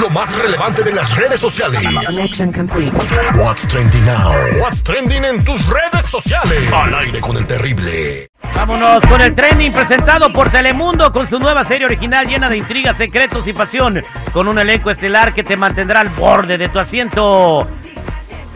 Lo más relevante de las redes sociales. Connection complete. What's trending now? What's trending en tus redes sociales? Al aire con el terrible. Vámonos con el trending presentado por Telemundo con su nueva serie original llena de intrigas, secretos y pasión, con un elenco estelar que te mantendrá al borde de tu asiento.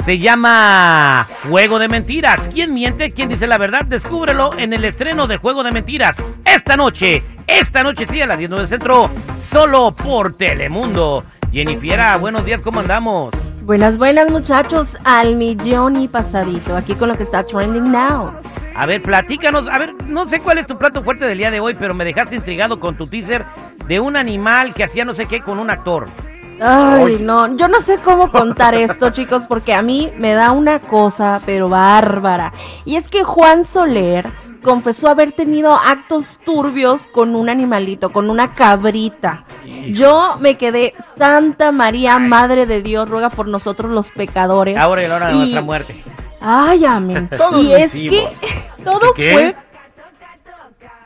Se llama Juego de Mentiras. ¿Quién miente? ¿Quién dice la verdad? Descúbrelo en el estreno de Juego de Mentiras. Esta noche, esta noche sí, a las 19 del centro, solo por Telemundo. Jennifiera, buenos días, ¿cómo andamos? Buenas, buenas muchachos, al millón y pasadito, aquí con lo que está trending now. A ver, platícanos. A ver, no sé cuál es tu plato fuerte del día de hoy, pero me dejaste intrigado con tu teaser de un animal que hacía no sé qué con un actor. Ay, no, yo no sé cómo contar esto, chicos, porque a mí me da una cosa, pero bárbara. Y es que Juan Soler confesó haber tenido actos turbios con un animalito, con una cabrita. Yo me quedé, Santa María, Madre de Dios, ruega por nosotros los pecadores. Ah, Ahora es la hora de Y- nuestra muerte. Ay, amén. Todos y lo es que hicimos. todo ¿Qué? fue.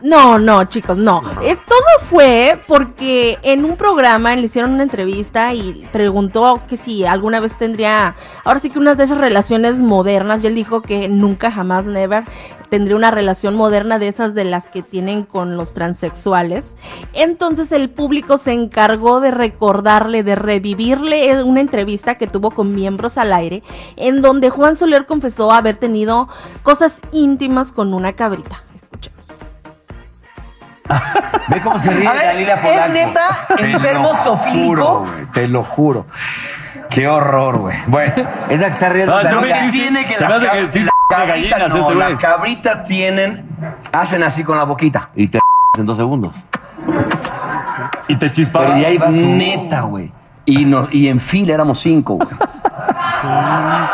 No, no, chicos, no. Es, todo fue porque en un programa le hicieron una entrevista y preguntó que si alguna vez tendría, ahora sí que una de esas relaciones modernas, y él dijo que nunca, jamás, never tendría una relación moderna de esas de las que tienen con los transexuales. Entonces el público se encargó de recordarle, de revivirle eh, una entrevista que tuvo con miembros al aire, en donde Juan Soler confesó haber tenido cosas íntimas con una cabrita. Escuchemos. Ve cómo se ríe A ver, Dalila ¿es Polanco. neta Te lo enfermo zoofílico? juro, güey, te lo juro. Qué horror, güey. Bueno, esa que está riendo. Ah, yo Dalila. vi que sí, Tiene que se me hace que sí se cabrita gallinas no, este güey. la cabrita tienen, hacen así con la boquita. Y te en dos segundos. Y te Pero chispaba. y ahí vas tú. Neta, güey. Y, no- y en fila éramos cinco, güey.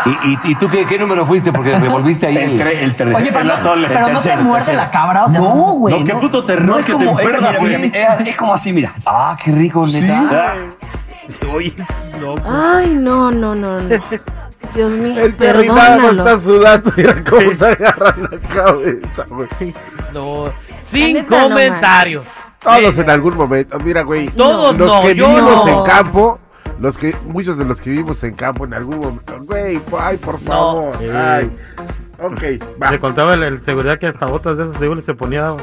¿Y, y, y tú qué, qué número fuiste? Porque me volviste ahí. El, tercero. Oye, pero, no- atole. pero no te muerde la cabra, o sea, No, güey. No, qué no. puto terror No, es que como- te es- enfermas, mira, güey. mira, es- es como así, mira. Ah, qué rico, neta. Ay, no, no, no, no. Dios mío, El terminado perdónalo. está sudando, mira cómo se agarra la cabeza, güey. No, sin neta, no, comentarios. Eh, Todos en algún momento, mira, güey. Todos Los no, que yo vivimos no. en campo, los que, muchos de los que vivimos en campo en algún momento, güey, ay, por favor, ay. Ok, va. Le contaba el, el seguridad que hasta botas de esas de hule se ponía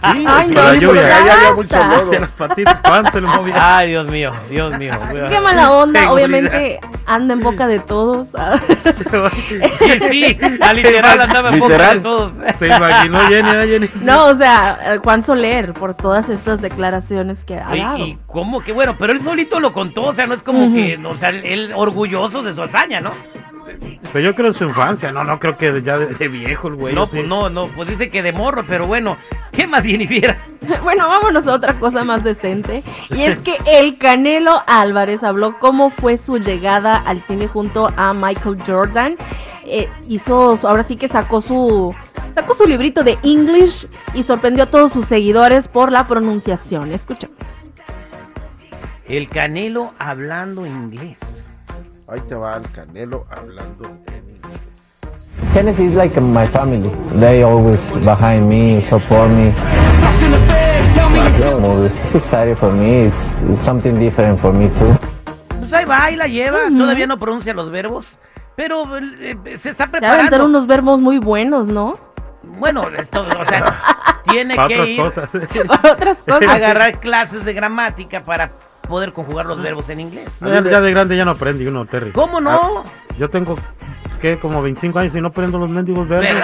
Ay, sí, no, la lluvia, ya ahí había mucho basta. lodo. de las patitas, pan, pues, se le movía. Ay, Dios mío, Dios mío. Qué mala onda, Seguridad. obviamente anda en boca de todos. Sí, sí, la literal andaba en boca de Literal. todos. Se imaginó Jenny, ¿eh, Jenny? no, o sea, eh, Juan Soler, por todas estas declaraciones que ha Y, dado. y cómo que bueno, pero él solito lo contó, o sea, no es como Ujú. que, o sea, él orgulloso de su hazaña, ¿no? Pero yo creo en su infancia, no, no creo que ya de, de viejo el güey. no, así. pues no, no, pues dice que de morro, pero bueno, ¿qué más Jennifer? Bueno, vámonos a otra cosa más decente. Y es que el Canelo Álvarez habló cómo fue su llegada al cine junto a Michael Jordan. Eh, hizo, su- ahora sí que sacó su, sacó su librito de English y sorprendió a todos sus seguidores por la pronunciación. Escuchemos. El Canelo hablando inglés. Ahí te va el Canelo hablando en inglés. Tennessee is like my family. They always behind me, support me. Movies. It's exciting for me. It's, it's something different for me too. Pues ahí va, ahí la lleva, Ujú. todavía no pronuncia los verbos, pero eh, eh, se está Te va a aventar preparando. unos verbos muy buenos, ¿no? Bueno, esto, o sea, tiene Para que otras ir cosas. Para otras a cosas. agarrar clases de gramática para poder conjugar los verbos en inglés. Ah, ya, Ah, ya de grande ya no aprendí uno, Terry. ¿Cómo no? Yo tengo, ¿qué? Como 25 años y no aprendo los mendigos verdes.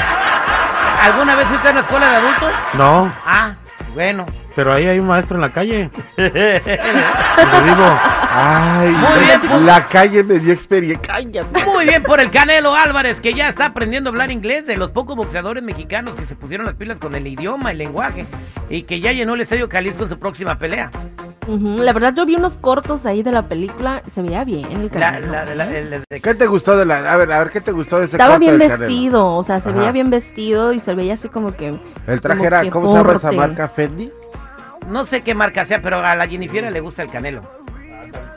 ¿Alguna vez fuiste a una escuela de adultos? No, Ah, bueno. pero ahí hay un maestro en la calle. Y le digo, Ay, Muy bien, chicos. la calle me dio experiencia. Cállate. Muy bien por el Canelo Álvarez, que ya está aprendiendo a hablar inglés, de los pocos boxeadores mexicanos que se pusieron las pilas con el idioma, el lenguaje, y que ya llenó el Estadio Jalisco en su próxima pelea. Ujú, La verdad, yo vi unos cortos ahí de la película. Se veía bien el La- Canelo. la- la- la- la- la- ¿Qué te gustó de la.? A ver, a ver, ¿qué te gustó de ese Estaba corte bien del Canelo? vestido, o sea, se Ajá. veía bien vestido y se veía así como que... El traje como era, que ¿cómo se llama esa porte. marca? Fendi. no sé qué marca sea, pero a la Jennifer le gusta el Canelo.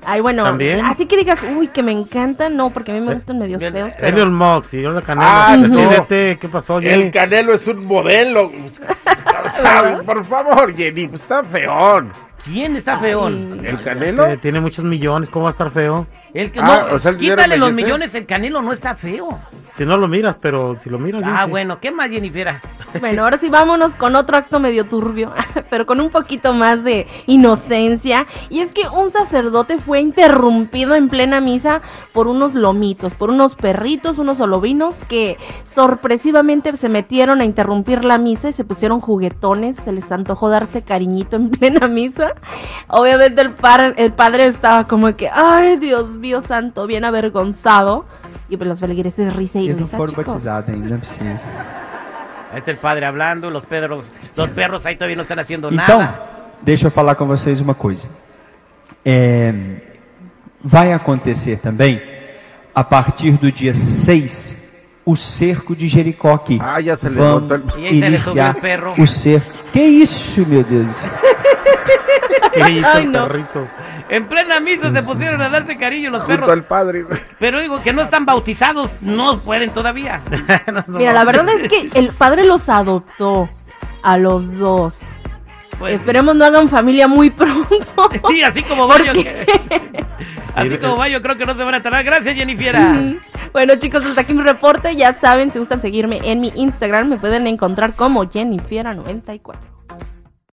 Ay, bueno, También. así que digas, uy, que me encanta, no, porque a mí me gustan medios el- feos, pero... Elion Mox y yo la canelo. Ah, no. Decídete, ¿qué pasó, Jenny? El Canelo es un modelo. O sea, por favor, Jenny, pues está feón. ¿Quién está feón? Ay, ¿El Canelo? Eh, tiene muchos millones, ¿cómo va a estar feo? El que- Ah, no, o sea, el dinero quítale los envejece. millones, el Canelo no está feo. Si no lo miras, pero si lo miras. bien, Ah, sí. bueno, ¿qué más, Jennifer? Bueno, ahora sí vámonos con otro acto medio turbio, pero con un poquito más de inocencia. Y es que un sacerdote fue interrumpido en plena misa por unos lomitos, por unos perritos, unos olovinos que sorpresivamente se metieron a interrumpir la misa y se pusieron juguetones, se les antojó darse cariñito en plena misa. Obviamente el, par- el padre estaba como que, ay Dios mío santo, bien avergonzado. Y pues los feligreses risa y risa, chicos. ¿eh? Ahí está el padre hablando, los perros, los perros ahí todavía no están haciendo Então, nada. deixa eu falar com vocês uma coisa. É, vai acontecer também, a partir do dia 6, o cerco de Jericó aqui. Ah, ya se le Vão botó el- E aí, iniciar Zé, resolveu, perro. o cerco. Que isso, meu Deus? ¿Qué hizo Ay, el no. perrito? En plena misa se pusieron a darse cariño los Junto perros. al padre, güey. Pero digo que no están bautizados, no pueden todavía. Mira, la verdad es que el padre los adoptó a los dos. Pues, Esperemos no hagan familia muy pronto. Sí, así como va yo. Porque- Así eh. como va yo, creo que no se van a tardar. Gracias, Jennifer. bueno, chicos, hasta aquí mi reporte. Ya saben, si gustan seguirme en mi Instagram, me pueden encontrar como Jennifiera94.